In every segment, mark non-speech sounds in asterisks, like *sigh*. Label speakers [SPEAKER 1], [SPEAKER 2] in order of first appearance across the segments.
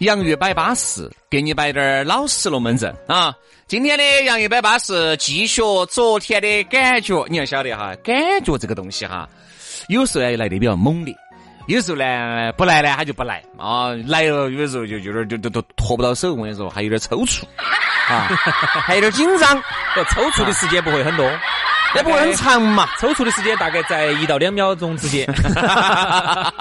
[SPEAKER 1] 洋芋摆巴适，给你摆点儿老实龙门阵啊！今天的洋芋摆巴适，继续昨天的感觉。你要晓得哈，感觉这个东西哈，有时候呢来的比较猛烈，有时候呢不来呢他就不来啊，来了有的时候就有点就就就脱不到手。我跟你说，还有点抽搐啊，还有点紧张，
[SPEAKER 2] 抽搐的时间不会很多，
[SPEAKER 1] 那不会很长嘛？
[SPEAKER 2] 抽搐的时间大概在一到两秒钟之间。啊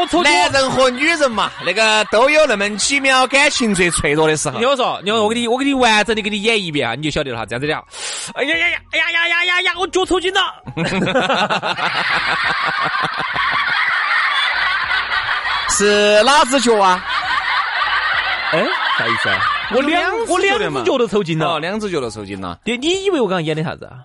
[SPEAKER 2] 我抽
[SPEAKER 1] 男人和女人嘛，那个都有那么几秒感情最脆弱的时候
[SPEAKER 2] 你。听我说，你我给你，我给你完整的给你演一遍啊，你就晓得了哈。这样子的啊，哎呀呀呀，哎呀呀呀呀呀，我脚抽筋了。
[SPEAKER 1] 是哪只脚啊？
[SPEAKER 2] 哎，啥意思啊？我两我两只脚都抽筋
[SPEAKER 1] 哦，
[SPEAKER 2] 了。
[SPEAKER 1] 两只脚都抽筋了。
[SPEAKER 2] 你你以为我刚刚演的啥子啊？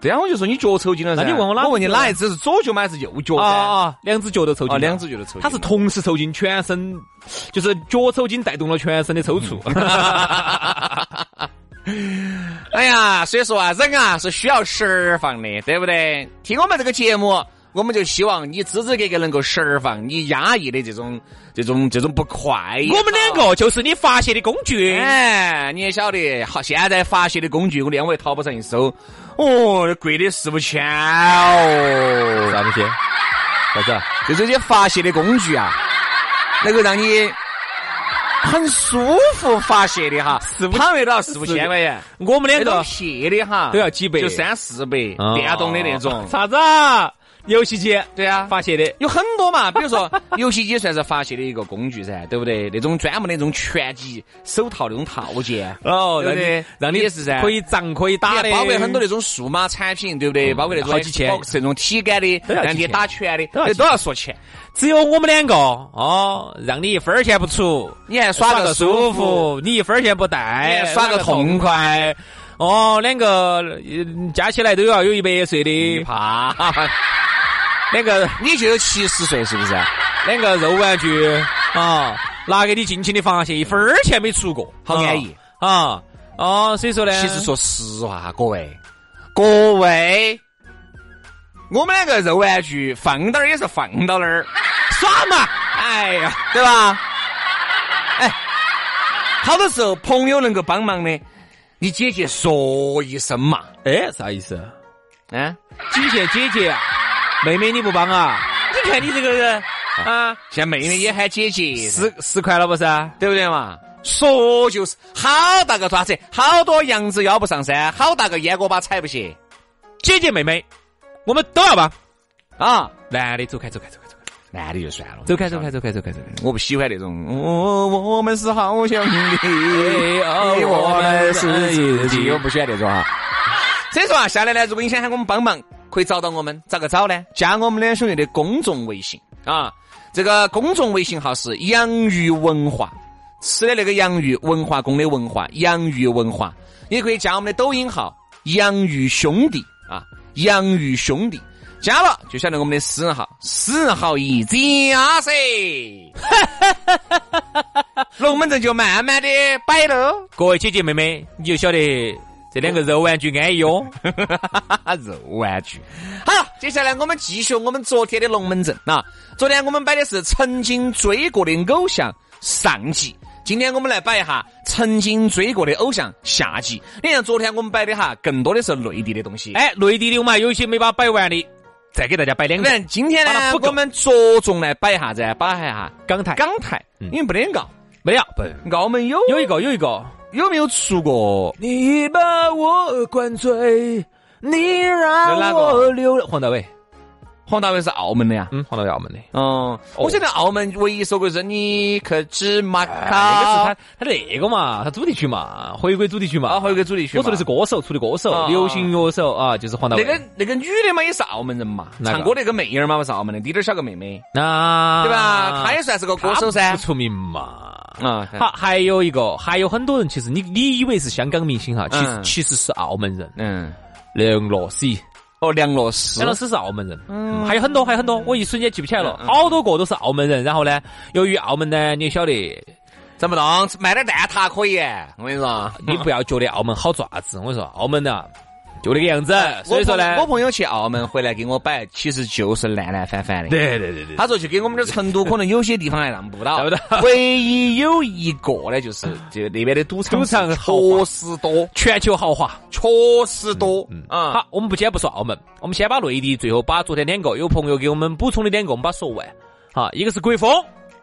[SPEAKER 1] 对啊，我就说你脚抽筋了噻。
[SPEAKER 2] 那你问我哪
[SPEAKER 1] 我问你
[SPEAKER 2] 只脚
[SPEAKER 1] 哪一只是左脚吗？还是右脚噻？
[SPEAKER 2] 啊啊，两只脚都抽筋
[SPEAKER 1] 哦，
[SPEAKER 2] 了，
[SPEAKER 1] 两只脚都抽筋。
[SPEAKER 2] 他是同时抽筋，全身就是脚抽筋带动了全身的抽搐。
[SPEAKER 1] 哎呀，所以说啊，人啊是需要释放的，对不对？听我们这个节目，我们就希望你支支格格能够释放你压抑的这种、这种、这种不快。
[SPEAKER 2] 我们两个就是你发泄的工具。
[SPEAKER 1] 哎，你也晓得，好，现在发泄的工具，我两位淘宝上一搜，哦，贵的四五千哦。
[SPEAKER 2] 啥东西？啥子啊？
[SPEAKER 1] 就这些发泄的工具啊，能够让你很舒服发泄的哈，
[SPEAKER 2] 四五
[SPEAKER 1] 倘若到四五
[SPEAKER 2] 四
[SPEAKER 1] 千
[SPEAKER 2] 五
[SPEAKER 1] 块钱，
[SPEAKER 2] 我们两
[SPEAKER 1] 啊那种
[SPEAKER 2] 个
[SPEAKER 1] 撇的哈，
[SPEAKER 2] 都要几百
[SPEAKER 1] 就三四百，
[SPEAKER 2] 哎哦
[SPEAKER 1] 电动的那种。
[SPEAKER 2] 啥子啊？游戏机
[SPEAKER 1] 对啊，
[SPEAKER 2] 发泄的。
[SPEAKER 1] 有很多嘛，比如说游戏机算是发泄的一个工具噻，对不对？那种专门的那种拳击手套那种套件。
[SPEAKER 2] 哦，让
[SPEAKER 1] 对不
[SPEAKER 2] 你
[SPEAKER 1] 对
[SPEAKER 2] 让你
[SPEAKER 1] 也是噻
[SPEAKER 2] 可以涨可以打的，嗯
[SPEAKER 1] 包括很多那种数码产品，对不对？包括那种
[SPEAKER 2] 好几千
[SPEAKER 1] Xbox 那种体感的，
[SPEAKER 2] 都要几
[SPEAKER 1] 让你
[SPEAKER 2] 千
[SPEAKER 1] 打拳的，
[SPEAKER 2] 都要
[SPEAKER 1] 这
[SPEAKER 2] 几
[SPEAKER 1] 都要说钱。
[SPEAKER 2] 只有我们两个哦，让你一分儿钱不出，
[SPEAKER 1] 你还
[SPEAKER 2] 耍
[SPEAKER 1] 耍
[SPEAKER 2] 个
[SPEAKER 1] 个
[SPEAKER 2] 舒
[SPEAKER 1] 舒
[SPEAKER 2] 服
[SPEAKER 1] 服，，
[SPEAKER 2] 你一分儿钱不
[SPEAKER 1] 你
[SPEAKER 2] 带
[SPEAKER 1] 还，耍个痛快，
[SPEAKER 2] 哦，两个呃加起来都要有一百岁
[SPEAKER 1] 你
[SPEAKER 2] 的，
[SPEAKER 1] 怕。
[SPEAKER 2] 两个
[SPEAKER 1] 你就有七十岁是不啊是？
[SPEAKER 2] 两个肉玩具啊，拿给你尽情的发泄，一分儿钱没出过，
[SPEAKER 1] 好安逸
[SPEAKER 2] 啊啊！所以说呢，
[SPEAKER 1] 其实说实话哈，各位，各位，我们两个肉玩具放到那儿也是放到那儿，
[SPEAKER 2] 耍嘛，
[SPEAKER 1] 哎呀，对吧？哎，好多时候朋友能够帮忙的，你姐姐说一声嘛，
[SPEAKER 2] 哎，啥意思？
[SPEAKER 1] 嗯，
[SPEAKER 2] 姐姐姐姐啊，妹妹你不帮啊？你看你这个人啊，
[SPEAKER 1] 像妹妹也喊姐姐，
[SPEAKER 2] 十十块了不是啊？
[SPEAKER 1] 对不对嘛？说就是好大个爪子，好多羊子腰不上山，好大个烟锅巴踩不斜
[SPEAKER 2] 姐姐妹妹，我们都要帮。
[SPEAKER 1] 啊！
[SPEAKER 2] 男的走开，走开，走开，走开，
[SPEAKER 1] 男的就算了，
[SPEAKER 2] 走开，走开，走开，走开，走开。
[SPEAKER 1] 我不喜欢那种，我我们是好兄 *laughs* 哎弟，我不喜欢那种哈。所以说啊，下来呢，如果你想喊我们帮忙，可以找到我们，咋个找呢？加我们两兄弟的公众微信啊，这个公众微信号是洋芋文化，吃的那个洋芋，文化宫的文化，洋芋文化，也可以加我们的抖音号洋芋兄弟啊，洋芋兄弟。加了就晓得我们的私人号，私人号一加噻，龙门阵就慢慢的摆喽。
[SPEAKER 2] 各位姐姐妹妹，你就晓得这两个肉玩具安逸哦。 *laughs*
[SPEAKER 1] 肉玩具。好了，接下来我们继续我们昨天的龙门阵啊。昨天我们摆的是曾经追过的偶像上集，今天我们来摆一下曾经追过的偶像下集。你看昨天我们摆的哈，更多的是内地的东西。哎，
[SPEAKER 2] 哎，内地的我们还有一些没把摆完的，再给大家摆两个
[SPEAKER 1] 那今天呢
[SPEAKER 2] 嗯把它，不够哎
[SPEAKER 1] 我们着重来摆一下子，摆一下
[SPEAKER 2] 港台。
[SPEAKER 1] 港台，因为没得澳，
[SPEAKER 2] 没有，不
[SPEAKER 1] 澳门有
[SPEAKER 2] 有一个有一个
[SPEAKER 1] 有没有出过？
[SPEAKER 2] 你把我灌醉，你让我流。嗯黄大炜，
[SPEAKER 1] 黄大炜是澳门的呀。
[SPEAKER 2] 嗯，哦黄大炜澳门的。
[SPEAKER 1] 嗯，我晓得澳门唯一首歌是你去芝麻
[SPEAKER 2] 哎那啊个是
[SPEAKER 1] 卡
[SPEAKER 2] 他，他那个嘛，他主题曲嘛，回归主题曲嘛。
[SPEAKER 1] 啊，还有个主题曲嘛。
[SPEAKER 2] 我说的是歌手出的歌手，
[SPEAKER 1] 啊
[SPEAKER 2] 流行乐手啊，就是黄大
[SPEAKER 1] 那
[SPEAKER 2] 炜。
[SPEAKER 1] 个那个女的嘛，也是澳门人嘛，
[SPEAKER 2] 哪个
[SPEAKER 1] 唱歌那个妹儿嘛，不是澳门的，滴点儿小个妹妹，
[SPEAKER 2] 啊，
[SPEAKER 1] 对吧？她也算是个歌手噻
[SPEAKER 2] 不。出名嘛。
[SPEAKER 1] 啊，
[SPEAKER 2] 好，还有一个，还有很多人，其实你你以为是香港明星哈，其实、
[SPEAKER 1] 嗯
[SPEAKER 2] 其实是澳门人，
[SPEAKER 1] 嗯，
[SPEAKER 2] 梁洛施，
[SPEAKER 1] 哦，梁洛施
[SPEAKER 2] 梁，洛施是澳门人，嗯，还有很多，还有很多，我一瞬间记不起来了，
[SPEAKER 1] 嗯嗯
[SPEAKER 2] 好多个都是澳门人。然后呢，由于澳门呢，你也晓得，
[SPEAKER 1] 怎么弄？卖点蛋挞可以，我跟你说。
[SPEAKER 2] 你不要觉得澳门好爪子，我跟你说，澳门呐、就那个样子，所以说呢
[SPEAKER 1] 哎我朋，我朋友去澳门回来给我摆，其实就是烂烂翻翻的。
[SPEAKER 2] 对对对对，
[SPEAKER 1] 他说去给我们这儿成都，可能有些地方还让
[SPEAKER 2] *laughs*
[SPEAKER 1] 不到
[SPEAKER 2] 让不到，
[SPEAKER 1] 唯一有一个呢，就是就那边的赌场，
[SPEAKER 2] 赌场豪华
[SPEAKER 1] 确实多，
[SPEAKER 2] 全球豪华。
[SPEAKER 1] 确实多啊。
[SPEAKER 2] 嗯好，我们不先不说澳门，我们先把内地最后把昨天两个有朋友给我们补充的两个，我们把它说完。好，一个是国风，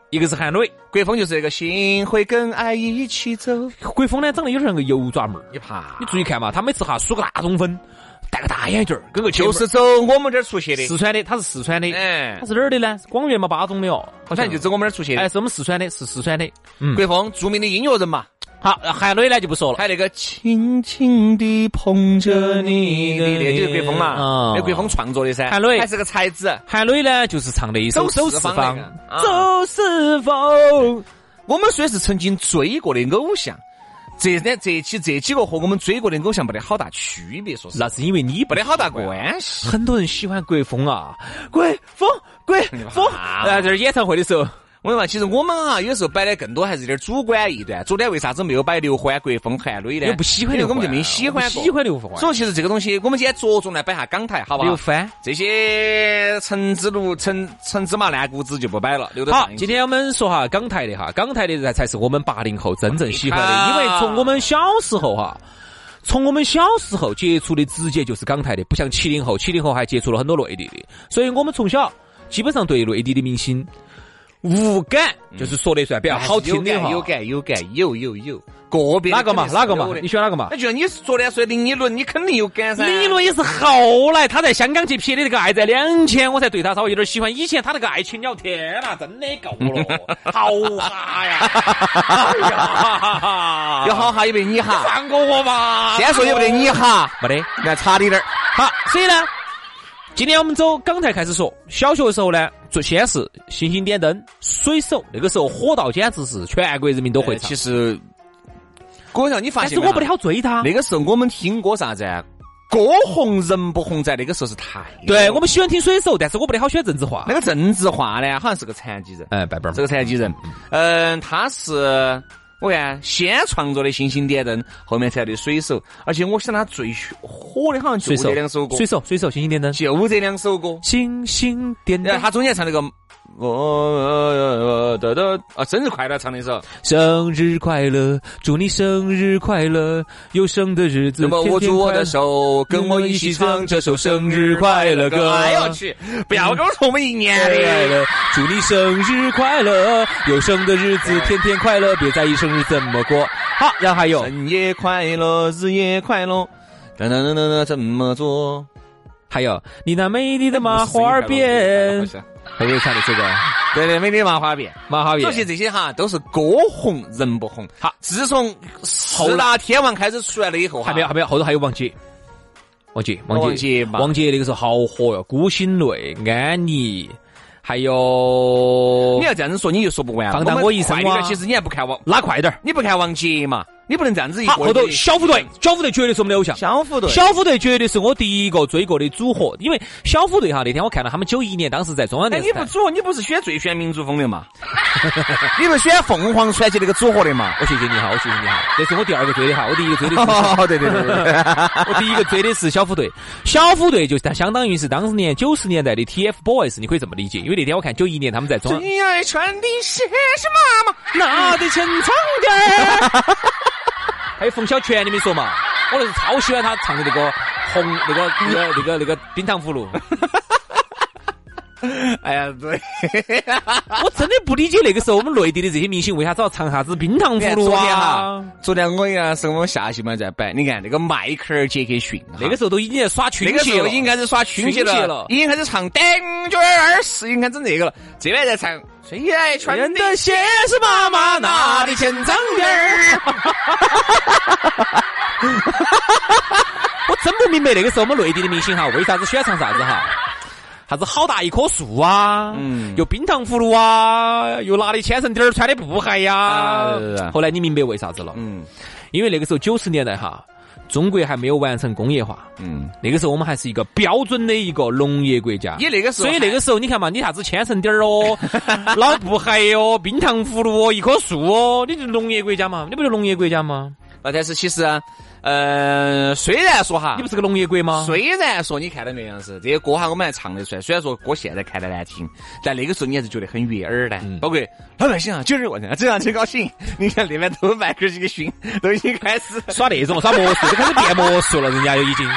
[SPEAKER 2] 一个是韩磊。
[SPEAKER 1] 国风就是那个心会跟爱一起走，
[SPEAKER 2] 国风呢长得有点像个油爪妹儿，
[SPEAKER 1] 你怕
[SPEAKER 2] 你注意看嘛，他每次哈梳个大中分，戴个大眼镜儿，跟个
[SPEAKER 1] 就
[SPEAKER 2] 姐
[SPEAKER 1] 是走我们这儿出去
[SPEAKER 2] 妹儿
[SPEAKER 1] 的，
[SPEAKER 2] 四川的，他是四川的，
[SPEAKER 1] 哎
[SPEAKER 2] 他，是哪儿的呢？是广元嘛，巴中的哦，
[SPEAKER 1] 好像就走我们这儿出去
[SPEAKER 2] 哎，
[SPEAKER 1] 的。
[SPEAKER 2] 是我们四川的，是四川的。嗯，
[SPEAKER 1] 国风著名的音乐人嘛，
[SPEAKER 2] 好，韩磊呢就不说了。
[SPEAKER 1] 还有那个轻轻地捧着你的脸，就是国风
[SPEAKER 2] 啊
[SPEAKER 1] 嘛，那国风创作的噻，
[SPEAKER 2] 韩磊
[SPEAKER 1] 还是个才子。啊
[SPEAKER 2] 韩磊呢就是唱的一首《
[SPEAKER 1] 走
[SPEAKER 2] 走
[SPEAKER 1] 四
[SPEAKER 2] 四
[SPEAKER 1] 方
[SPEAKER 2] 方
[SPEAKER 1] 那个啊》，
[SPEAKER 2] 走四方。
[SPEAKER 1] 我们虽然是曾经追过的偶像，这呢这期这几个和我们追过的偶像没得好大区别，说是
[SPEAKER 2] 那是因为你不
[SPEAKER 1] 没得好大关系。
[SPEAKER 2] 很多人喜欢国风啊，国风国
[SPEAKER 1] *laughs*
[SPEAKER 2] 风。
[SPEAKER 1] 啊
[SPEAKER 2] 呃，这是演唱会的时候，
[SPEAKER 1] 我跟你说，其实我们啊，有时候摆的更多还是有点主观臆断。昨天为啥子没有摆刘欢、国风、韩磊呢？
[SPEAKER 2] 又不喜欢
[SPEAKER 1] 因
[SPEAKER 2] 刘
[SPEAKER 1] 为我
[SPEAKER 2] 欢，
[SPEAKER 1] 们就没喜欢
[SPEAKER 2] 我
[SPEAKER 1] 过。
[SPEAKER 2] 喜欢刘欢。啊
[SPEAKER 1] 所以其实这个东西，我们今天着重来摆下港台，好不好
[SPEAKER 2] 刘？欢。
[SPEAKER 1] 这些橙子路、橙橙芝麻烂谷子就不摆了，留到
[SPEAKER 2] 好
[SPEAKER 1] 上，一期
[SPEAKER 2] 今天我们说哈港台的哈，港台的才才是我们八零后真正喜欢
[SPEAKER 1] 啊
[SPEAKER 2] 的，因为从我们小时候哈。从我们小时候接触的直接就是港台的，不像七零后，七零后还接触了很多内地的，所以我们从小基本上对内地的明星无感，就是说的算比较好听的
[SPEAKER 1] 有
[SPEAKER 2] 哈
[SPEAKER 1] 感。嗯有感有感有有有，个别的
[SPEAKER 2] 哪个嘛？
[SPEAKER 1] 肯定是
[SPEAKER 2] 哪个嘛
[SPEAKER 1] 有的？哎
[SPEAKER 2] 你选哪个嘛
[SPEAKER 1] 那？就像你昨天说的林依轮，你肯定有感噻。
[SPEAKER 2] 林依轮也是后来他在香港去撇的那个《爱在两千》，我才对他稍微有点喜欢。以前他那个《爱情鸟》，天呐，真的够了， *laughs* 好哈呀！哎呀，
[SPEAKER 1] 有好哈，有没你哈。
[SPEAKER 2] 放过我吧！
[SPEAKER 1] 先说有没得你哈，
[SPEAKER 2] 没得。
[SPEAKER 1] 那差你点儿。
[SPEAKER 2] 好，所以呢，今天我们走港台开始说。小学的时候呢，最先是《星星点灯》《水手》，那个时候火到简直是全国人民都会唱
[SPEAKER 1] 哎其。实，哥让你发
[SPEAKER 2] 但
[SPEAKER 1] 现
[SPEAKER 2] 是
[SPEAKER 1] 没
[SPEAKER 2] 我
[SPEAKER 1] 哈，
[SPEAKER 2] 不得好追他。
[SPEAKER 1] 那个时候我们听歌啥子啊？歌红人不红，在那个时候是太
[SPEAKER 2] 对我们喜欢听《水手》，但是我不得好喜欢郑智化
[SPEAKER 1] 那。个郑智化呢，好像是个残疾人，
[SPEAKER 2] 哎，拜拜
[SPEAKER 1] 是。个残疾人。嗯，他是我看先创作的《星星点灯》，后面才的《水手》，而且我想他最火的好像就
[SPEAKER 2] 水手
[SPEAKER 1] 这两首歌，
[SPEAKER 2] 水手，水手，星星点灯，
[SPEAKER 1] 就这两首歌。
[SPEAKER 2] 星星点
[SPEAKER 1] 然
[SPEAKER 2] 灯
[SPEAKER 1] 后，他中间唱那个，我呃的的啊，生日快乐唱那首。
[SPEAKER 2] 生日快乐，祝你生日快乐，有生的日子
[SPEAKER 1] 那么
[SPEAKER 2] 天
[SPEAKER 1] 握
[SPEAKER 2] 天
[SPEAKER 1] 住我
[SPEAKER 2] 快乐
[SPEAKER 1] 的手，跟我一起唱这首生日快乐歌。
[SPEAKER 2] 哎呦我
[SPEAKER 1] 去！
[SPEAKER 2] 不要跟
[SPEAKER 1] 我说我们一年
[SPEAKER 2] 快乐，祝你生日快乐，有生的日
[SPEAKER 1] 哎
[SPEAKER 2] 子天天快乐，别在意生日怎么过。好，然后还有
[SPEAKER 1] 生也快乐，日也快乐。噔噔噔噔噔，怎么做？
[SPEAKER 2] 还有，你那美丽的麻花儿
[SPEAKER 1] 哎
[SPEAKER 2] 辫，还有唱的这个
[SPEAKER 1] 对对，美丽麻花辫。
[SPEAKER 2] 麻花
[SPEAKER 1] 首先
[SPEAKER 2] 辫，
[SPEAKER 1] 这些哈都是歌红人不红。
[SPEAKER 2] 好
[SPEAKER 1] 自从四大天王开始出来了以后哈，
[SPEAKER 2] 还没有还没有，后头还有王杰。王杰，
[SPEAKER 1] 王
[SPEAKER 2] 杰
[SPEAKER 1] 杰，嘛
[SPEAKER 2] 王杰那个时候好火哟，孤星泪、安妮，还有
[SPEAKER 1] 你要这样子说，你就说不完了。
[SPEAKER 2] 放荡我一生
[SPEAKER 1] 我们快点
[SPEAKER 2] 啊
[SPEAKER 1] 其实你还不看王，
[SPEAKER 2] 拉快点儿，
[SPEAKER 1] 你不看王杰嘛？你不能这样子一
[SPEAKER 2] 好，
[SPEAKER 1] 个
[SPEAKER 2] 后
[SPEAKER 1] 一个
[SPEAKER 2] 头小虎队，小虎队绝对是我们的偶像。
[SPEAKER 1] 小虎队，
[SPEAKER 2] 小虎队绝对是我第一个追过的组合，因为小虎队哈，那天我看到他们九一年当时在中央
[SPEAKER 1] 哎，
[SPEAKER 2] 电
[SPEAKER 1] 你
[SPEAKER 2] 视
[SPEAKER 1] 不
[SPEAKER 2] 台，
[SPEAKER 1] 组，你不是选最选民族风
[SPEAKER 2] *laughs*
[SPEAKER 1] 的嘛？你不是选凤凰传奇那个组合的嘛？
[SPEAKER 2] 我谢谢你哈，我谢谢你哈，这是我第二个追的哈，我第一个追的是，
[SPEAKER 1] *laughs* 哦，对对对对对，
[SPEAKER 2] 我第一个追的是小虎队，小虎队就是它相当于是当年九十年代的 TFBOYS，你可以这么理解，因为那天我看九一年他们在中央，
[SPEAKER 1] 最爱穿的鞋是妈妈。
[SPEAKER 2] 那得浅尝点儿。 *laughs* 还有冯小泉，你没说嘛？我那是超喜欢他唱的那个红那个那个那个那个冰糖葫芦。
[SPEAKER 1] 哎呀，对，
[SPEAKER 2] *laughs* 我真的不理解那个时候我们内地的这些明星为啥子要唱啥子冰糖
[SPEAKER 1] 你
[SPEAKER 2] 葫
[SPEAKER 1] 看
[SPEAKER 2] 芦
[SPEAKER 1] 昨天
[SPEAKER 2] 啊
[SPEAKER 1] 哈？，昨天我呀是我们下戏嘛在摆，你看那个迈克尔·杰克逊，
[SPEAKER 2] 那个时候都已经在耍群
[SPEAKER 1] 那个时
[SPEAKER 2] 戏
[SPEAKER 1] 候
[SPEAKER 2] 了，
[SPEAKER 1] 已经开始耍群戏
[SPEAKER 2] 群戏
[SPEAKER 1] 了
[SPEAKER 2] 了，
[SPEAKER 1] 已经开始唱《单脚二十》，已经开始那个了。这边在唱虽然穿的
[SPEAKER 2] 鞋是妈妈
[SPEAKER 1] 拿的钱脏点儿，
[SPEAKER 2] 我真不明白那个时候我们内地的明星哈，为啥子喜欢唱啥子哈？啥子好大一棵树啊，
[SPEAKER 1] 嗯
[SPEAKER 2] 又冰糖葫芦啊，又拿的牵绳点儿，穿的布鞋呀、
[SPEAKER 1] 啊对对对
[SPEAKER 2] 后来你明白为啥子了？
[SPEAKER 1] 嗯
[SPEAKER 2] 因为那个时候九十年代哈，中国还没有完成工业化，
[SPEAKER 1] 嗯，
[SPEAKER 2] 那个时候我们还是一个标准的一个农业国家。
[SPEAKER 1] 也那个时候
[SPEAKER 2] 所以那个时候你看嘛，你啥子千层底儿
[SPEAKER 1] *laughs*
[SPEAKER 2] 哦，老布鞋哦，冰糖葫芦哦，一棵树哦，你就是农业国家嘛，你不是农业国家吗？
[SPEAKER 1] 呃，但是其实啊，呃，虽然说哈
[SPEAKER 2] 你不。是个农业国吗？
[SPEAKER 1] 虽然说你看到没有，杨老师这些歌哈，我们还唱得出来。虽然说歌现在看得难听，但那个时候你还是觉得很悦耳的。包括老百姓啊，就是我这样，这样最高兴。你看那边都迈克尔这个逊，都已经开始
[SPEAKER 2] 耍那种耍魔术，都开始变魔术了，人家就已经。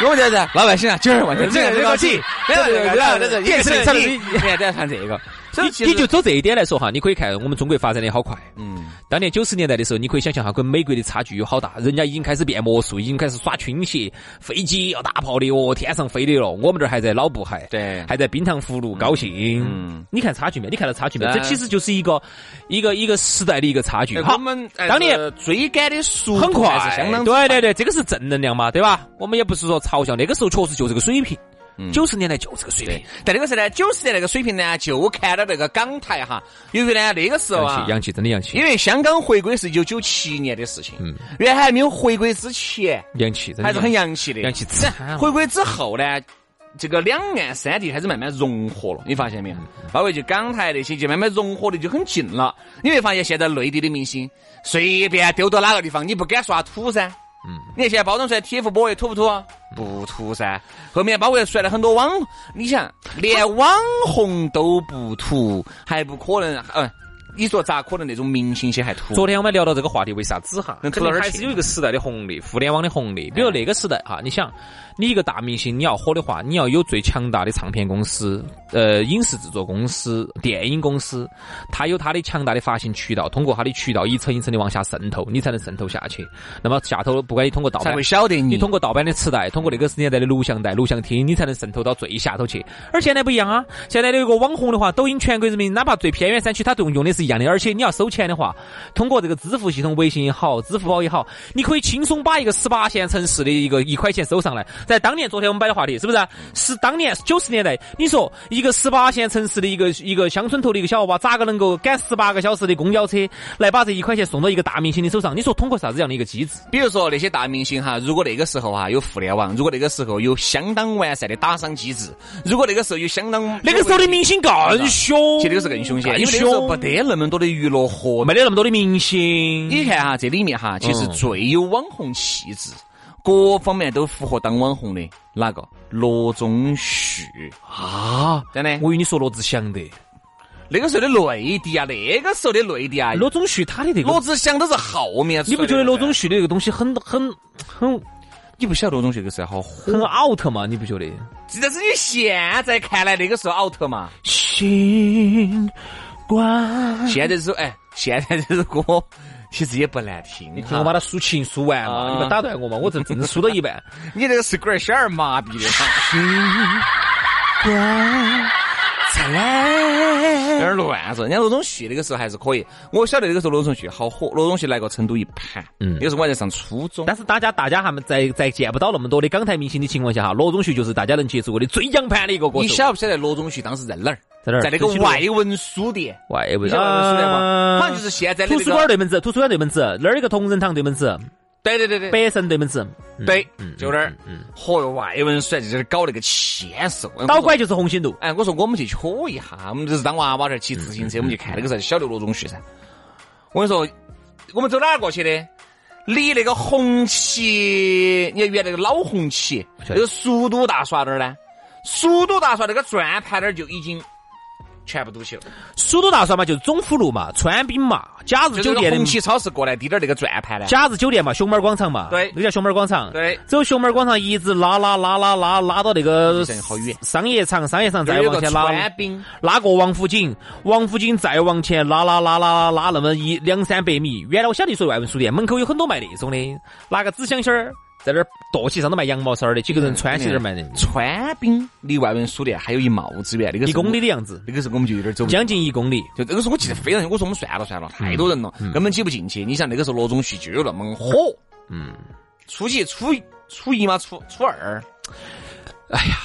[SPEAKER 1] *laughs* 我觉得老百姓啊，今儿晚上这个这个这个，也是唱的，也在唱这个，所以
[SPEAKER 2] 你你就走这一点来说哈，你可以看我们中国发展的好快。
[SPEAKER 1] 嗯，
[SPEAKER 2] 当年九十年代的时候，你可以想象哈，跟美国的差距有好大。人家已经开始变魔术，已经开始耍群戏，飞机要大炮的哦，天上飞的了。我们这儿还在老布鞋，
[SPEAKER 1] 对
[SPEAKER 2] 还在冰糖葫芦高兴。
[SPEAKER 1] 嗯
[SPEAKER 2] 你看差距没？你看到差距没？
[SPEAKER 1] 对
[SPEAKER 2] 这其实就是一个一个一个时代的一个差距。
[SPEAKER 1] 哎我们
[SPEAKER 2] 当年
[SPEAKER 1] 追赶的速
[SPEAKER 2] 很快，
[SPEAKER 1] 是相当
[SPEAKER 2] 对对对，这个是正能量嘛，对吧？我们也不是说嘲笑，那个时候确实就这个水平，
[SPEAKER 1] 嗯
[SPEAKER 2] 九十、年代就这个水平
[SPEAKER 1] 对。，但那个时候呢，九十年那个水平呢，就看到那个港台哈，由于呢那个时候
[SPEAKER 2] 洋
[SPEAKER 1] 啊
[SPEAKER 2] 气，。洋气，真的洋气
[SPEAKER 1] 因，为香港回归是一九九七年的事情，原来还没有回归之前，
[SPEAKER 2] 洋气，真的
[SPEAKER 1] 还是很洋气的。
[SPEAKER 2] 洋气惨了
[SPEAKER 1] 回归之后呢，这个两岸三地开始慢慢融合了，你发现没有？包括就港台那些，就慢慢融合的就很近了。你会发现现在内地的明星随便丢到哪个地方，你不敢刷土噻。嗯，你看现在包装出来 TFBOY 土不土啊？不土噻。后面包括出来了很多网，你想连网红都不土，还不可能？嗯、你说咋可能那种明星些还土？
[SPEAKER 2] 昨天我们聊到这个话题，为啥子哈？
[SPEAKER 1] 能
[SPEAKER 2] 肯
[SPEAKER 1] 吐到
[SPEAKER 2] 定
[SPEAKER 1] 哪儿
[SPEAKER 2] 还
[SPEAKER 1] 去
[SPEAKER 2] 是有一个时代的红利，互联网的红利。比如那个时代哈，你想，你一个大明星，你要火的话，你要有最强大的唱片公司、呃影视制作公司、电影公司，它有它的强大的发行渠道，通过它的渠道一层一层的往下渗透，你才能渗透下去。那么下头不管你通过盗
[SPEAKER 1] 才
[SPEAKER 2] 版
[SPEAKER 1] 会。晓得
[SPEAKER 2] 你
[SPEAKER 1] 你
[SPEAKER 2] 通过盗版的磁带，通过那个年代的录像带、录像厅，你才能渗透到最下头去。而现在不一样啊，现在的有个网红的话，抖音全国人民，哪怕最偏远山区，它都用的是一样的。而且你要收钱的话，通过这个支付系统，微信也好，支付宝也好，你可以轻松把一个十八线城市的一个一块钱收上来。在当年，昨天我们摆的话题是不是啊、是当年九十年代，你说一个十八线城市的一个一个乡村头的一个小娃娃，咋个能够赶十八个小时的公交车来把这一块钱送到一个大明星的手上？你说通过啥子样的一个机制？
[SPEAKER 1] 比如说那些大明星哈，如果那个时候哈有互联网，如果那个时候有相当完善的打赏机制，如果那个时候有相当
[SPEAKER 2] 那个时候的明星更凶，
[SPEAKER 1] 其实那个时候更凶险，因为那个时候
[SPEAKER 2] 凶
[SPEAKER 1] 没，得那么多的娱乐活动。
[SPEAKER 2] 没得那么多的明星。
[SPEAKER 1] 你看哈，这里面哈，其实最有网红气质，各方面都符合当网红的哪个？罗中旭，
[SPEAKER 2] 啊，
[SPEAKER 1] 真的。
[SPEAKER 2] 我以为你说罗志祥的，
[SPEAKER 1] 那个时候的内地啊，那个时候的内地啊，
[SPEAKER 2] 罗中旭他的那
[SPEAKER 1] 罗
[SPEAKER 2] 个，
[SPEAKER 1] 志祥都是后面出
[SPEAKER 2] 你
[SPEAKER 1] 来
[SPEAKER 2] 不
[SPEAKER 1] 的。
[SPEAKER 2] 觉得罗中
[SPEAKER 1] 旭？
[SPEAKER 2] 旭的那个东西很很很
[SPEAKER 1] 你不晓得罗中旭那个时候好火，
[SPEAKER 2] 很 out 嘛？你不觉得？
[SPEAKER 1] 但是你现在看来那个时候 out 嘛？
[SPEAKER 2] 星
[SPEAKER 1] *laughs*
[SPEAKER 2] 光，
[SPEAKER 1] 现在这首哎，现在这首 *laughs* 歌其实也不难听哈。
[SPEAKER 2] 你听我把它抒情抒完
[SPEAKER 1] 啊
[SPEAKER 2] 嘛，你不要打断我嘛，我正正抒到一
[SPEAKER 1] *laughs*
[SPEAKER 2] 半。
[SPEAKER 1] 你这个是龟儿仙儿麻痹的哈， *laughs* 有点乱说。人家罗中旭那个时候还是可以，我晓得那个时候罗中旭好火，罗中旭来过成都一盘，嗯，那个时候我还在上初中。
[SPEAKER 2] 但是大家大家还没在在见不到那么多的港台明星的情况下哈，罗中旭就是大家能接触过的最洋盘的一个歌手。
[SPEAKER 1] 你晓不晓得罗中旭当时在哪儿？
[SPEAKER 2] 在哪儿
[SPEAKER 1] 在那个
[SPEAKER 2] 西路
[SPEAKER 1] 外文书店。
[SPEAKER 2] 外
[SPEAKER 1] 你
[SPEAKER 2] 文
[SPEAKER 1] 晓得外文书店吗？
[SPEAKER 2] 啊
[SPEAKER 1] 好像就是现在的
[SPEAKER 2] 图
[SPEAKER 1] 那
[SPEAKER 2] 书馆
[SPEAKER 1] 个。
[SPEAKER 2] 对门子，图书馆对门子，那儿有个同仁堂对门子，
[SPEAKER 1] 对对对对。
[SPEAKER 2] 百盛对门子，嗯
[SPEAKER 1] 对，就那儿。嚯哟，外文书在这儿搞那个签售，哎
[SPEAKER 2] 倒嗯拐。就是红星路。
[SPEAKER 1] 哎，我说我们去瞧一下，我们就是当娃娃这儿骑自行车，我们去看那个时候晓得罗中旭噻。我跟你说，我们走哪儿过去的？离那个红旗，你看原来那个老红旗，那个蜀都大厦那儿呢？蜀都大厦那个转盘那儿就已经全部堵起了。
[SPEAKER 2] 蜀都大厦嘛，就是总府路嘛，川滨嘛，假日酒
[SPEAKER 1] 就是那
[SPEAKER 2] 店
[SPEAKER 1] 个
[SPEAKER 2] 的
[SPEAKER 1] 红旗超市过来滴点儿那个转盘呢，
[SPEAKER 2] 假日酒店嘛，熊猫广场嘛，
[SPEAKER 1] 对
[SPEAKER 2] 那个叫熊猫广场，
[SPEAKER 1] 对
[SPEAKER 2] 走熊猫广场一直拉拉拉拉拉拉到那个
[SPEAKER 1] 真好远
[SPEAKER 2] 商业场，商业场再
[SPEAKER 1] 有
[SPEAKER 2] 往
[SPEAKER 1] 个
[SPEAKER 2] 前拉，
[SPEAKER 1] 川兵，
[SPEAKER 2] 拉过王府井，王府井再往前拉拉拉拉拉那么一两三百米，原来我晓得说外文书店门口有很多卖那种的，拿个纸箱箱儿在那儿剁起，上头卖羊毛衫儿的，几个人
[SPEAKER 1] 嗯
[SPEAKER 2] 穿起在那儿卖的，
[SPEAKER 1] 川兵离外文书店还有一毛子远，那个
[SPEAKER 2] 一
[SPEAKER 1] 时候
[SPEAKER 2] 公里，的样子，
[SPEAKER 1] 那个时候我们就有点走不
[SPEAKER 2] 将近一公里。
[SPEAKER 1] 就那个时候我记得非常清，我说我们算了算了，太多人了，根本挤不进去。你想那个时候罗中旭就有那么火，
[SPEAKER 2] 嗯，
[SPEAKER 1] 初几初一初一嘛，初初二，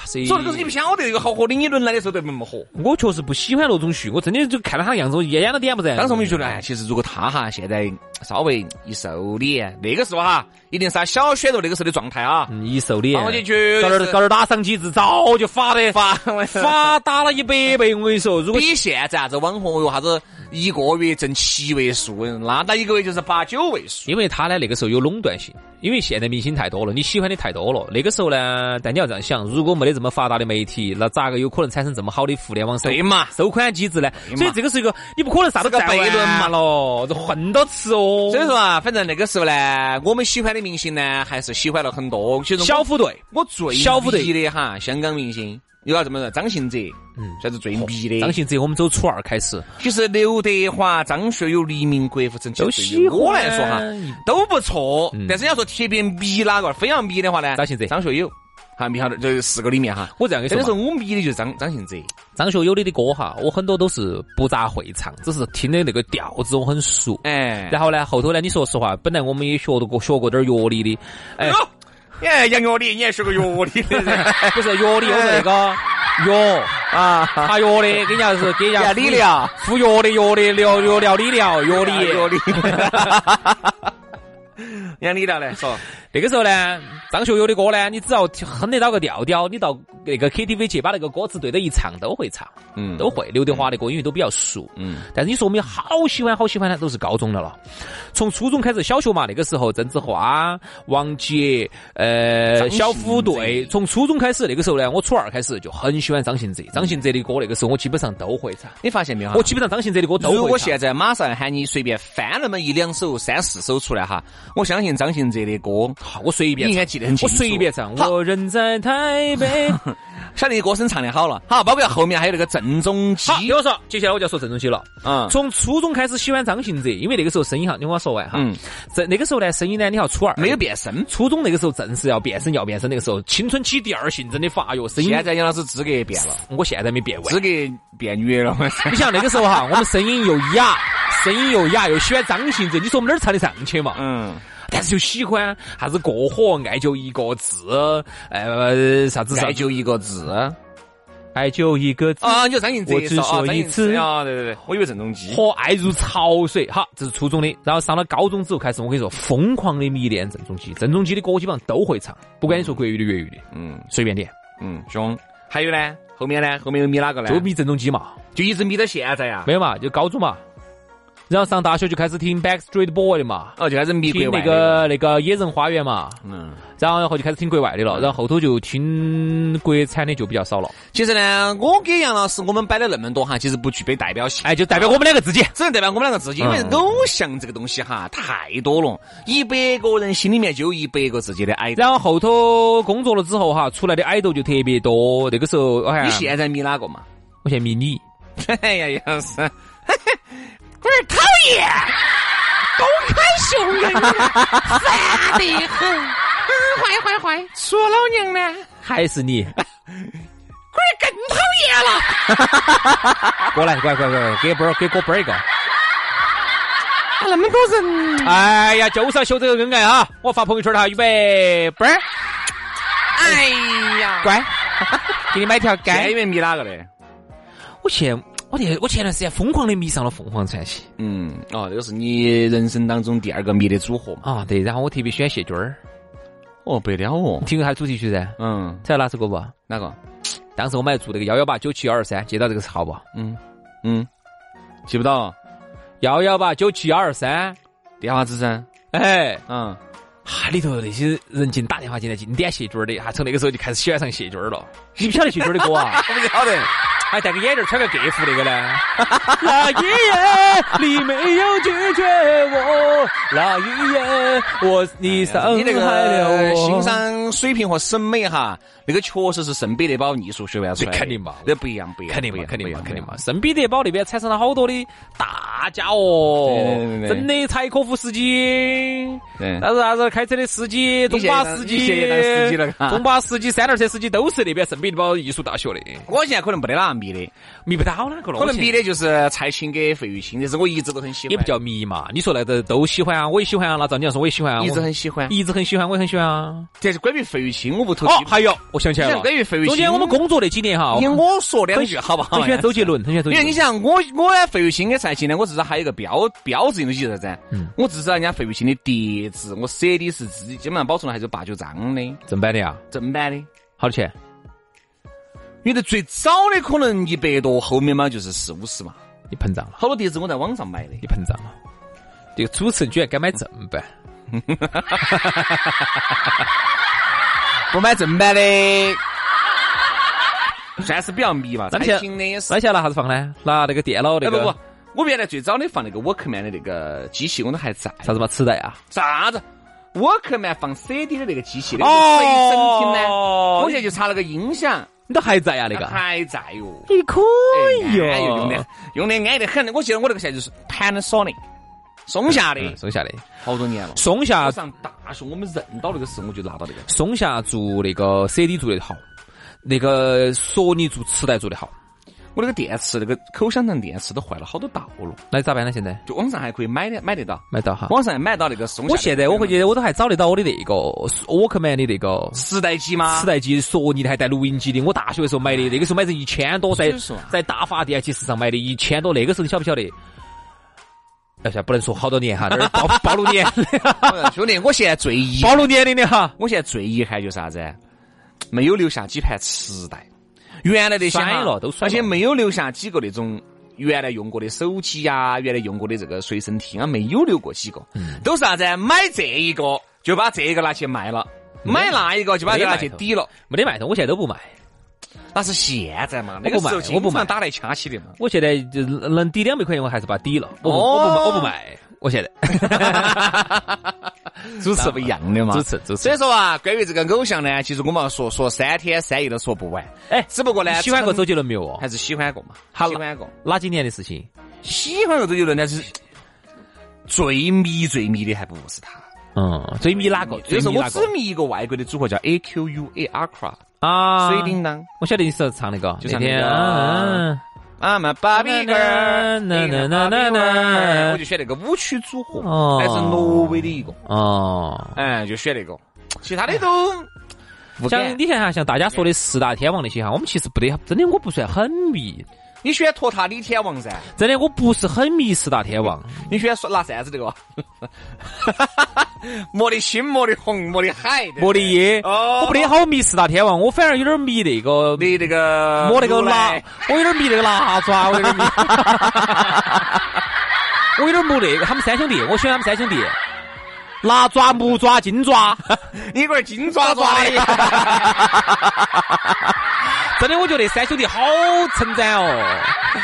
[SPEAKER 2] 所以
[SPEAKER 1] 所以那个时候你不晓得这个好火的，你轮来的时候都没那么火。
[SPEAKER 2] 我确实不喜欢罗中旭，我真的就看到他的样子，我眼痒都点不着。
[SPEAKER 1] 当时我们就觉得，哎，其实如果他哈现在稍微一瘦脸，那个时候哈，一定是他小鲜肉那个时候的状态啊。
[SPEAKER 2] 嗯，一瘦脸，
[SPEAKER 1] 然后就觉
[SPEAKER 2] 搞
[SPEAKER 1] 得
[SPEAKER 2] 点
[SPEAKER 1] 是
[SPEAKER 2] 搞点打赏机制，早就发的发
[SPEAKER 1] 发
[SPEAKER 2] 发打了一百倍。我跟你说，如果
[SPEAKER 1] 比现在啥子网红有啥子一个月挣七位数，那那一个月就是八九位数。
[SPEAKER 2] 因为他呢那个时候有垄断性，因为现在明星太多了，你喜欢的太多了。那个时候呢，但你要这样想，如果没得这么发达的媒体，那咋个有可能产生这么好的互联网收
[SPEAKER 1] 对嘛
[SPEAKER 2] 收款机制呢？
[SPEAKER 1] 对嘛
[SPEAKER 2] 所以这个是一个你不可能啥都
[SPEAKER 1] 是个
[SPEAKER 2] 干完
[SPEAKER 1] 悖论嘛
[SPEAKER 2] 咯，这混到吃哦。
[SPEAKER 1] 所以说啊，反正那个时候呢，我们喜欢的明星呢，还是喜欢了很多。其实我
[SPEAKER 2] 小虎队，
[SPEAKER 1] 我最
[SPEAKER 2] 小虎队
[SPEAKER 1] 迷的哈，香港明星有啥这么说？张信哲，嗯，算是最迷的。
[SPEAKER 2] 张信哲，我们走初二开始，
[SPEAKER 1] 其实刘德华、张学友、黎明、郭富城，
[SPEAKER 2] 都
[SPEAKER 1] 其实对于
[SPEAKER 2] 喜欢
[SPEAKER 1] 我来说哈，都不错。
[SPEAKER 2] 嗯
[SPEAKER 1] 但是你要说特别迷哪个，非要迷的话呢，
[SPEAKER 2] 张信哲
[SPEAKER 1] 张学友，哈，迷好的这四个里面哈。
[SPEAKER 2] 我这样跟
[SPEAKER 1] 真
[SPEAKER 2] 你
[SPEAKER 1] 的是
[SPEAKER 2] 说嘛，
[SPEAKER 1] 我迷的就是张张信哲，
[SPEAKER 2] 张学友的的歌哈，我很多都是不咋会唱，只是听的那个调子我很熟。
[SPEAKER 1] 哎，
[SPEAKER 2] 嗯然后呢，后头呢，你说实话，本来我们也学得过学过点儿乐理的，哎， *laughs*
[SPEAKER 1] 哟，哎，杨乐理，你还学个乐理的人
[SPEAKER 2] 不是药理，我是那个药
[SPEAKER 1] 啊？
[SPEAKER 2] 擦药的，给人家是给人家
[SPEAKER 1] 要理疗，
[SPEAKER 2] 敷药的药的疗药疗理疗药
[SPEAKER 1] *laughs*
[SPEAKER 2] 理。
[SPEAKER 1] 乐理，杨理疗来说，
[SPEAKER 2] 那个时候呢，张学友的歌呢，你只要哼得到个调调，你到那个 KTV 去把那个歌词对着一唱，都会唱，
[SPEAKER 1] 嗯
[SPEAKER 2] 都会。刘德华的歌因为都比较熟，
[SPEAKER 1] 嗯，
[SPEAKER 2] 但是你说我们好喜欢好喜欢呢，都是高中了了。从初中开始，小学嘛，那个时候郑智化、王杰、呃
[SPEAKER 1] 张信哲
[SPEAKER 2] 小虎队，从初中开始，那个时候呢，我初二开始就很喜欢张信哲。张信哲的歌那个时候我基本上都会唱，
[SPEAKER 1] *laughs* 你发现没有哈？
[SPEAKER 2] 我基本上张信哲的歌都
[SPEAKER 1] 如
[SPEAKER 2] 会
[SPEAKER 1] 果
[SPEAKER 2] 唱
[SPEAKER 1] 现。在马上喊你随便翻那么一两首、三四首出来哈，我相信张信哲的歌，
[SPEAKER 2] 好我随便
[SPEAKER 1] 你应
[SPEAKER 2] 唱，
[SPEAKER 1] 该记得很清
[SPEAKER 2] 我
[SPEAKER 1] 楚
[SPEAKER 2] 随便唱。
[SPEAKER 1] 好
[SPEAKER 2] 我人在台
[SPEAKER 1] *laughs*
[SPEAKER 2] 北。
[SPEAKER 1] 晓得你歌声唱的好了，好，包括后面还有那个郑中基
[SPEAKER 2] 好，，比如说，接下来我就要说郑中基了。啊
[SPEAKER 1] 嗯
[SPEAKER 2] 从初中开始喜欢张信哲，因为那个时候声音哈，你听我说完哈。
[SPEAKER 1] 嗯
[SPEAKER 2] 这那个时候呢，声音呢，你要初二
[SPEAKER 1] 没有变声。
[SPEAKER 2] 初中那个时候正是要变声要变声，那个时候青春期第二性征的发育，声音
[SPEAKER 1] 现在杨老师资格变了，
[SPEAKER 2] 我现在没变
[SPEAKER 1] 资 *laughs*
[SPEAKER 2] 完。
[SPEAKER 1] 格变女了。 *laughs*
[SPEAKER 2] 你想那个时候哈，我们声音又哑，声音又哑，又喜欢张信哲，你说我们哪儿唱得上去嘛？
[SPEAKER 1] 嗯，
[SPEAKER 2] 但是又喜欢啥子过火，爱就一个字，呃，啥子啥
[SPEAKER 1] 再就一个字
[SPEAKER 2] 爱就一个字。
[SPEAKER 1] 啊，你就张信哲
[SPEAKER 2] 我只
[SPEAKER 1] 是吧啊
[SPEAKER 2] 说
[SPEAKER 1] 张
[SPEAKER 2] 一
[SPEAKER 1] 信哲
[SPEAKER 2] 次
[SPEAKER 1] 啊，对对对，我以为郑中基。
[SPEAKER 2] 和爱如潮水，哈，这是初中的。然后上了高中之后，开始我跟你说，疯狂的迷恋郑中基。郑中基的歌基本上都会唱，不管你说国语的、粤语的，
[SPEAKER 1] 嗯
[SPEAKER 2] 随便点，
[SPEAKER 1] 嗯，凶。还有呢，后面呢，后面又迷哪个呢？
[SPEAKER 2] 就迷郑中基嘛。
[SPEAKER 1] 就一直迷到现在呀。
[SPEAKER 2] 没有嘛，就高中嘛。然后上大学就开始听 Backstreet Boy 的嘛，
[SPEAKER 1] 哦，就开始迷国
[SPEAKER 2] 听
[SPEAKER 1] 外
[SPEAKER 2] 那
[SPEAKER 1] 的。
[SPEAKER 2] 个那个野人花园嘛，
[SPEAKER 1] 嗯。
[SPEAKER 2] 然后然后就开始听国外的了，然后后头就听国产的就比较少了。
[SPEAKER 1] 其实呢，我给杨老师我们摆了那么多哈，其实不具备代表性。
[SPEAKER 2] 哎，就代表我们两个自己。
[SPEAKER 1] 只能代表我们两个自己，因为
[SPEAKER 2] 嗯
[SPEAKER 1] 偶像这个东西哈太多了，一百个人心里面就有一百个自己的 idol。
[SPEAKER 2] 然后后头工作了之后哈，出来的爱豆就特别多。那个时候，哎呀，
[SPEAKER 1] 你现在迷哪个嘛？ *laughs*
[SPEAKER 2] 我现在迷你，
[SPEAKER 1] 哎呀，杨是，
[SPEAKER 3] 龟儿讨厌，公开熊人， *laughs* 烦得很，嗯，坏坏坏，说老娘呢，
[SPEAKER 2] 还是
[SPEAKER 3] *laughs*
[SPEAKER 2] 你？
[SPEAKER 3] 龟儿更讨厌
[SPEAKER 2] *laughs*
[SPEAKER 3] 了。
[SPEAKER 2] 过来，过来，过来，过来，给波儿，给哥波儿一个。
[SPEAKER 3] *laughs* 那么多人，
[SPEAKER 2] 哎呀，就是要秀这个恩爱啊！我发朋友圈了哈，预备，波儿，
[SPEAKER 3] 哎呀，
[SPEAKER 2] 乖， *laughs* 给你买
[SPEAKER 3] *laughs*
[SPEAKER 2] 条
[SPEAKER 1] 现在
[SPEAKER 2] 街
[SPEAKER 1] 有。没有迷哪个的？
[SPEAKER 2] 我前我前我前段时间疯狂的迷上了凤凰传奇
[SPEAKER 1] 嗯，哦，这个是你人生当中第二个迷的组合嘛？
[SPEAKER 2] 啊，对，然后我特别喜欢谢军儿，
[SPEAKER 1] 哦，不得了哦
[SPEAKER 2] 你。听过他的主题曲噻？
[SPEAKER 1] 嗯，
[SPEAKER 2] 知道哪首歌不？
[SPEAKER 1] 哪个？
[SPEAKER 2] 当时我们还做那个幺幺八九七幺二三，接到这个号不？
[SPEAKER 1] 嗯嗯，记不到。
[SPEAKER 2] 幺幺八九七幺二三，
[SPEAKER 1] 电话之声。
[SPEAKER 2] 哎，
[SPEAKER 1] 嗯，
[SPEAKER 2] 啊，里头那些人进打电 *laughs* 话进来，经典谢军儿的，啊，从那个时候就开始喜欢上谢军儿了。你不晓得谢军儿的歌啊？
[SPEAKER 1] 我不晓得。
[SPEAKER 2] 还戴个眼镜儿，穿个格服那个呢？那一夜你没有拒绝我，那一夜我哎你伤害
[SPEAKER 1] 你那
[SPEAKER 2] 了
[SPEAKER 1] 个
[SPEAKER 2] 我。
[SPEAKER 1] 欣赏水平和审美哈，那个确实是圣彼得堡艺术学院出来的，
[SPEAKER 2] 这肯定嘛
[SPEAKER 1] 那不一样，不一样，
[SPEAKER 2] 肯定
[SPEAKER 1] 不一
[SPEAKER 2] 嘛，
[SPEAKER 1] 样
[SPEAKER 2] 肯定嘛，
[SPEAKER 1] 不一
[SPEAKER 2] 肯
[SPEAKER 1] 样
[SPEAKER 2] 定嘛！圣彼得堡那边产生了好多的大家哦
[SPEAKER 1] 对对对，对
[SPEAKER 2] 真的柴可夫斯基，
[SPEAKER 1] 对
[SPEAKER 2] 啥子啥子开车的司机，中巴司
[SPEAKER 1] 你
[SPEAKER 2] 机
[SPEAKER 1] 现在当司机了啊，
[SPEAKER 2] 中巴司机、三轮车司机都是那边圣彼得堡艺术大学的，
[SPEAKER 1] 我现在可能没得哪迷的，
[SPEAKER 2] 迷不到哪个了。
[SPEAKER 1] 可
[SPEAKER 2] 我
[SPEAKER 1] 能迷
[SPEAKER 2] 现在
[SPEAKER 1] 的就是蔡琴跟费玉清，但是我一直都很喜欢，
[SPEAKER 2] 也不叫迷嘛。你说那个都喜欢啊，我也喜欢啊。那照你要说，我也喜欢啊，
[SPEAKER 1] 一直
[SPEAKER 2] 我
[SPEAKER 1] 很喜欢。
[SPEAKER 2] 一直很喜欢，我也很喜欢啊。
[SPEAKER 1] 但是关于费玉清，我不投。
[SPEAKER 2] 哦，还有，我想起来
[SPEAKER 1] 你
[SPEAKER 2] 了
[SPEAKER 1] 看，关于费玉清，
[SPEAKER 2] 中间我们工作那几年哈，
[SPEAKER 1] 你听我说两
[SPEAKER 2] 很
[SPEAKER 1] 句好不好？哎
[SPEAKER 2] 很喜欢周杰伦，很喜欢周
[SPEAKER 1] 因
[SPEAKER 2] 杰
[SPEAKER 1] 为你
[SPEAKER 2] 伦。
[SPEAKER 1] 想，我我呢，费玉清跟蔡琴呢，我至少还有一个标标志性的东西是啥子？
[SPEAKER 2] 嗯
[SPEAKER 1] 我至少人家费玉清的碟子，我 CD 是自己基本上保存了还是有八九张的，
[SPEAKER 2] 正版的呀，
[SPEAKER 1] 正版的。
[SPEAKER 2] 好多钱？
[SPEAKER 1] 因为最早的可能一百多，后面嘛就是四五十嘛。
[SPEAKER 2] 你膨胀了。
[SPEAKER 1] 好多碟子我在网上买的，
[SPEAKER 2] 你膨胀了。这个主持人居然敢买正版，
[SPEAKER 1] 不买正版的，算是比较迷吧。
[SPEAKER 2] 那
[SPEAKER 1] 蔡
[SPEAKER 2] 你现在
[SPEAKER 1] 琴的也是
[SPEAKER 2] 那，现在拿啥子放呢？拿那个电脑那
[SPEAKER 1] 哎不
[SPEAKER 2] 个
[SPEAKER 1] 不，我原来最早的放那个 Walkman 的那个机器，我都还在。
[SPEAKER 2] 啥子嘛磁带啊？
[SPEAKER 1] 啥子？沃克曼放 CD 的那个机器，那
[SPEAKER 2] 哦
[SPEAKER 1] 个随身听呢？我现在就插了个音响，啊
[SPEAKER 2] 你都还在呀、那个？
[SPEAKER 1] 还在哟。
[SPEAKER 2] 你可
[SPEAKER 1] 哎呀，用的用的安得很。我记得我那个现在就是 Panasonic，松下的，
[SPEAKER 2] 嗯松下的
[SPEAKER 1] 嗯好多年了。
[SPEAKER 2] 松下
[SPEAKER 1] 我上大学我们认到那个时候，我就拿到那个。
[SPEAKER 2] 松下做那个 CD 做的好，那个索尼做磁带做的好，
[SPEAKER 1] 我那个电池，那个口香糖电池都坏了好多道了，
[SPEAKER 2] 那咋办呢？现在
[SPEAKER 1] 就网上还可以买的买得到，
[SPEAKER 2] 买到哈？
[SPEAKER 1] 网上还买到那个松下的。
[SPEAKER 2] 我现在我回
[SPEAKER 1] 去
[SPEAKER 2] 去我都还找得到我的那个 Walkman 的那个
[SPEAKER 1] 时代机吗？
[SPEAKER 2] 磁
[SPEAKER 1] *laughs*
[SPEAKER 2] 带机索尼的，还带录音机的。我大学的时候买的，那个时候买成一千多，在
[SPEAKER 1] 就是说啊
[SPEAKER 2] 在大发电器市场买的，一千多。那个时候你晓不晓得？哎呀，不能说好多年
[SPEAKER 1] *laughs*
[SPEAKER 2] 哈，那儿暴暴露年
[SPEAKER 1] 嗯兄弟，我现在最遗
[SPEAKER 2] 暴露年龄的哈。
[SPEAKER 1] 我现在最遗憾就是啥子？没有留下几盘磁带，原来那些哈
[SPEAKER 2] 摔了都摔
[SPEAKER 1] 而
[SPEAKER 2] 了
[SPEAKER 1] 且没有留下几个那种原来用过的手机啊，原来用过的这个随身听啊，没有留过几个，
[SPEAKER 2] 嗯
[SPEAKER 1] 都是啥子？买这一个就把这一个拿去卖了，买那一个就把这个拿去抵了，
[SPEAKER 2] 没得卖头，我现在都不卖。
[SPEAKER 1] 那是现在嘛？
[SPEAKER 2] 我
[SPEAKER 1] 那
[SPEAKER 2] 不
[SPEAKER 1] 个
[SPEAKER 2] 买
[SPEAKER 1] 时候
[SPEAKER 2] 我不
[SPEAKER 1] 经
[SPEAKER 2] 买
[SPEAKER 1] 常打来掐起的嘛。
[SPEAKER 2] 我现在就能抵两百块钱，我还是把它抵了。我不、
[SPEAKER 1] 哦
[SPEAKER 2] 我不我不卖，我现
[SPEAKER 1] *laughs*
[SPEAKER 2] 在
[SPEAKER 1] 主持不一样的嘛
[SPEAKER 2] 支持支持
[SPEAKER 1] 所以。说啊，关于这个偶像呢，其实我们要说说三天三夜都说不完。
[SPEAKER 2] 哎
[SPEAKER 1] 只不过呢，
[SPEAKER 2] 你喜欢过
[SPEAKER 1] 成
[SPEAKER 2] 周杰伦没有哦？
[SPEAKER 1] 还是喜欢过嘛？
[SPEAKER 2] 好了
[SPEAKER 1] 喜欢过。
[SPEAKER 2] 哪几年的事情？
[SPEAKER 1] 喜欢过周杰伦，但是最迷最迷的还不是他。
[SPEAKER 2] 嗯，最迷哪个？最
[SPEAKER 1] 就是
[SPEAKER 2] 迷
[SPEAKER 1] 我
[SPEAKER 2] 哪
[SPEAKER 1] 只
[SPEAKER 2] 个？
[SPEAKER 1] 迷一个外国的组合叫 A Q U A a c r a
[SPEAKER 2] 啊，
[SPEAKER 1] 水叮当。
[SPEAKER 2] 我晓得你是唱那个，
[SPEAKER 1] 就
[SPEAKER 2] 那
[SPEAKER 1] 唱那
[SPEAKER 2] 天
[SPEAKER 1] 个
[SPEAKER 2] 啊。
[SPEAKER 1] I'm a Barbie girl，
[SPEAKER 2] 呐呐呐呐
[SPEAKER 1] I'm a Barbie girl 我
[SPEAKER 2] 呐
[SPEAKER 1] 就选那个舞曲组合
[SPEAKER 2] 哦，
[SPEAKER 1] 来自挪威的一个，
[SPEAKER 2] 哦，
[SPEAKER 1] 哎，就选那个，其他的都不
[SPEAKER 2] 像
[SPEAKER 1] 敢。
[SPEAKER 2] 你看哈，像大家说的四大天王那些哈，我们其实不得，真的我不算很迷，
[SPEAKER 1] 你喜欢托塔李天王噻？
[SPEAKER 2] 真的我不是很迷四大天王。
[SPEAKER 1] 你喜欢说拿扇子那个？ *laughs* 磨的心，磨的红，磨的海，对不对
[SPEAKER 2] 莫里耶，
[SPEAKER 1] 哦
[SPEAKER 2] 我不得好迷四大天王，我反而有点迷那个
[SPEAKER 1] 你那个
[SPEAKER 2] 摸那个
[SPEAKER 1] 拿
[SPEAKER 2] 拿，我有点迷那个拿抓，我有点
[SPEAKER 1] *laughs*
[SPEAKER 2] 迷，我有点迷那个他们三兄弟，我喜欢他们三兄弟，拿抓、木抓、金啊抓，
[SPEAKER 1] 你龟儿金抓 *laughs* 抓的。
[SPEAKER 2] 真的我觉得三兄弟好称赞哦。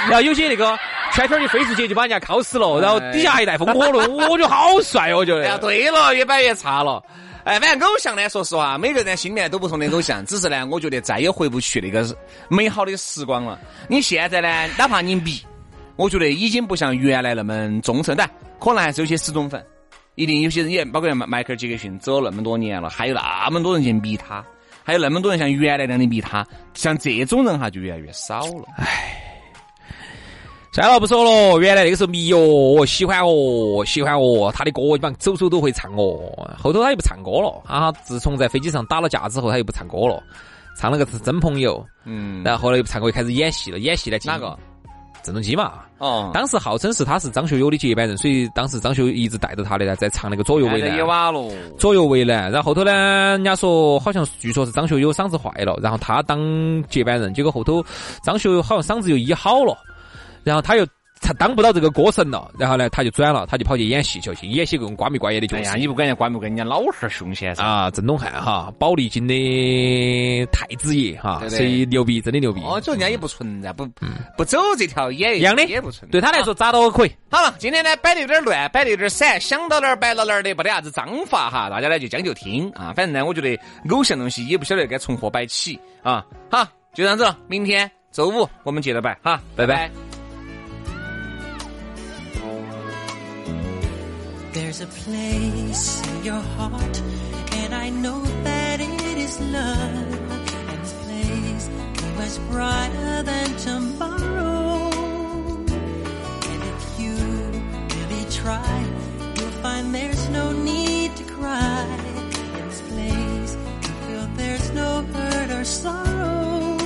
[SPEAKER 2] 然后有些那个圈圈一飞出去就把人家敲死了，然后底下还一带风火轮，我觉得好帅哦，我觉
[SPEAKER 1] 哎呀，
[SPEAKER 2] 得。
[SPEAKER 1] 对了，越摆越差了。哎，反正偶像呢，说实话，每个人心里面都不同的偶像，只是呢，我觉得再也回不去那个美好的时光了。你现在呢，哪怕你迷，我觉得已经不像原来那么忠诚，但可能还是有些死忠粉。一定有些人也包括像迈迈克尔杰克逊走了那么多年了，还有那么多人去迷他，还有那么多人像原来那样的迷他，像这种人哈就越来越少了。
[SPEAKER 2] 算了，不说了。原来那个时候迷哦，喜欢哦，喜欢哦，他的歌基本上首首都会唱哦。后头他又不唱歌了，啊，自从在飞机上打了架之后，他又不唱歌了，唱了个是真朋友。
[SPEAKER 1] 嗯，
[SPEAKER 2] 然后后来又不唱歌，又开始演戏了。演戏呢，
[SPEAKER 1] 哪个？
[SPEAKER 2] 郑中基嘛。
[SPEAKER 1] 哦，
[SPEAKER 2] 当时号称是他是张学友的接班人，所以当时张学友一直带着他的呢，在唱那个左右为
[SPEAKER 1] 现在也
[SPEAKER 2] 难。
[SPEAKER 1] 晚了。
[SPEAKER 2] 左右为难，然后后头呢，人家说好像据说是张学友嗓子坏了，然后他当接班人，结果后头张学友好像嗓子又医好了，然后他又他当不到这个歌神了，然后呢，他就转了，他就跑去演戏去，去演些各种瓜米瓜眼的角
[SPEAKER 1] 哎
[SPEAKER 2] 色
[SPEAKER 1] 呀，。你不管人家管不管人家老汉儿凶险噻。
[SPEAKER 2] 啊，郑东汉哈，宝丽金的太子爷哈，
[SPEAKER 1] 对对
[SPEAKER 2] 所以啊牛逼，真的牛逼。
[SPEAKER 1] 哦，就人家也不存在，不不走这条也
[SPEAKER 2] 嗯一样的
[SPEAKER 1] 也不存在。
[SPEAKER 2] 对他来说咋都可以。
[SPEAKER 1] 好了，今天呢摆的有点乱，摆的有点散，想到哪儿摆到哪儿的，没得啥子章法哈，大家呢就将就听啊。反正呢，我觉得偶像东西也不晓得该从何摆起啊。好，就这样子了，明天周五我们接着摆哈，拜拜
[SPEAKER 4] There's a place in your heart, and I know that it is love. And this place is much brighter than tomorrow. And if you really try, you'll find there's no need to cry. In this place, you feel there's no hurt or sorrow.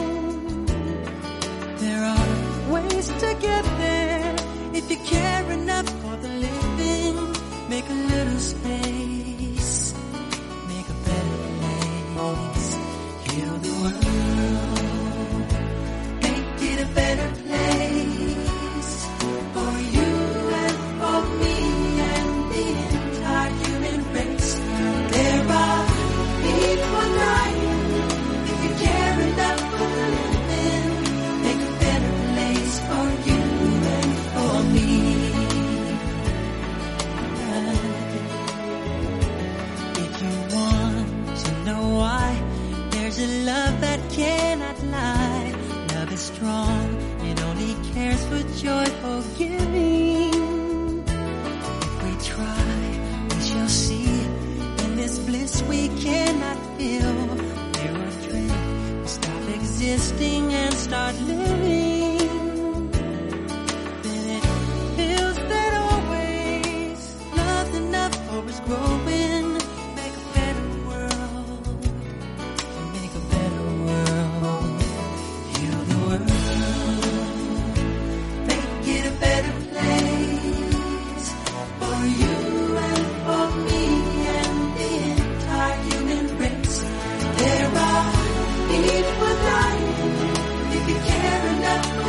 [SPEAKER 4] There are ways to get there if you care enough for the living. Make a little space, make a better place. Heal the world, make it a better place for you and for me and the entire human race. There are people dying if you care enough for the living, make a better place for you and for me. If you want to know why, there's a love that cannot lie. Love is strong, it only cares for joyful giving we try, we shall see. In this bliss we cannot feel. There are three. We stop existing and start living. Then it feels that always love's enough for us growing. Make a better world. Make a better world. Heal the world. Make it a better place for you and for me and the entire human race. There are people dying if you care enough for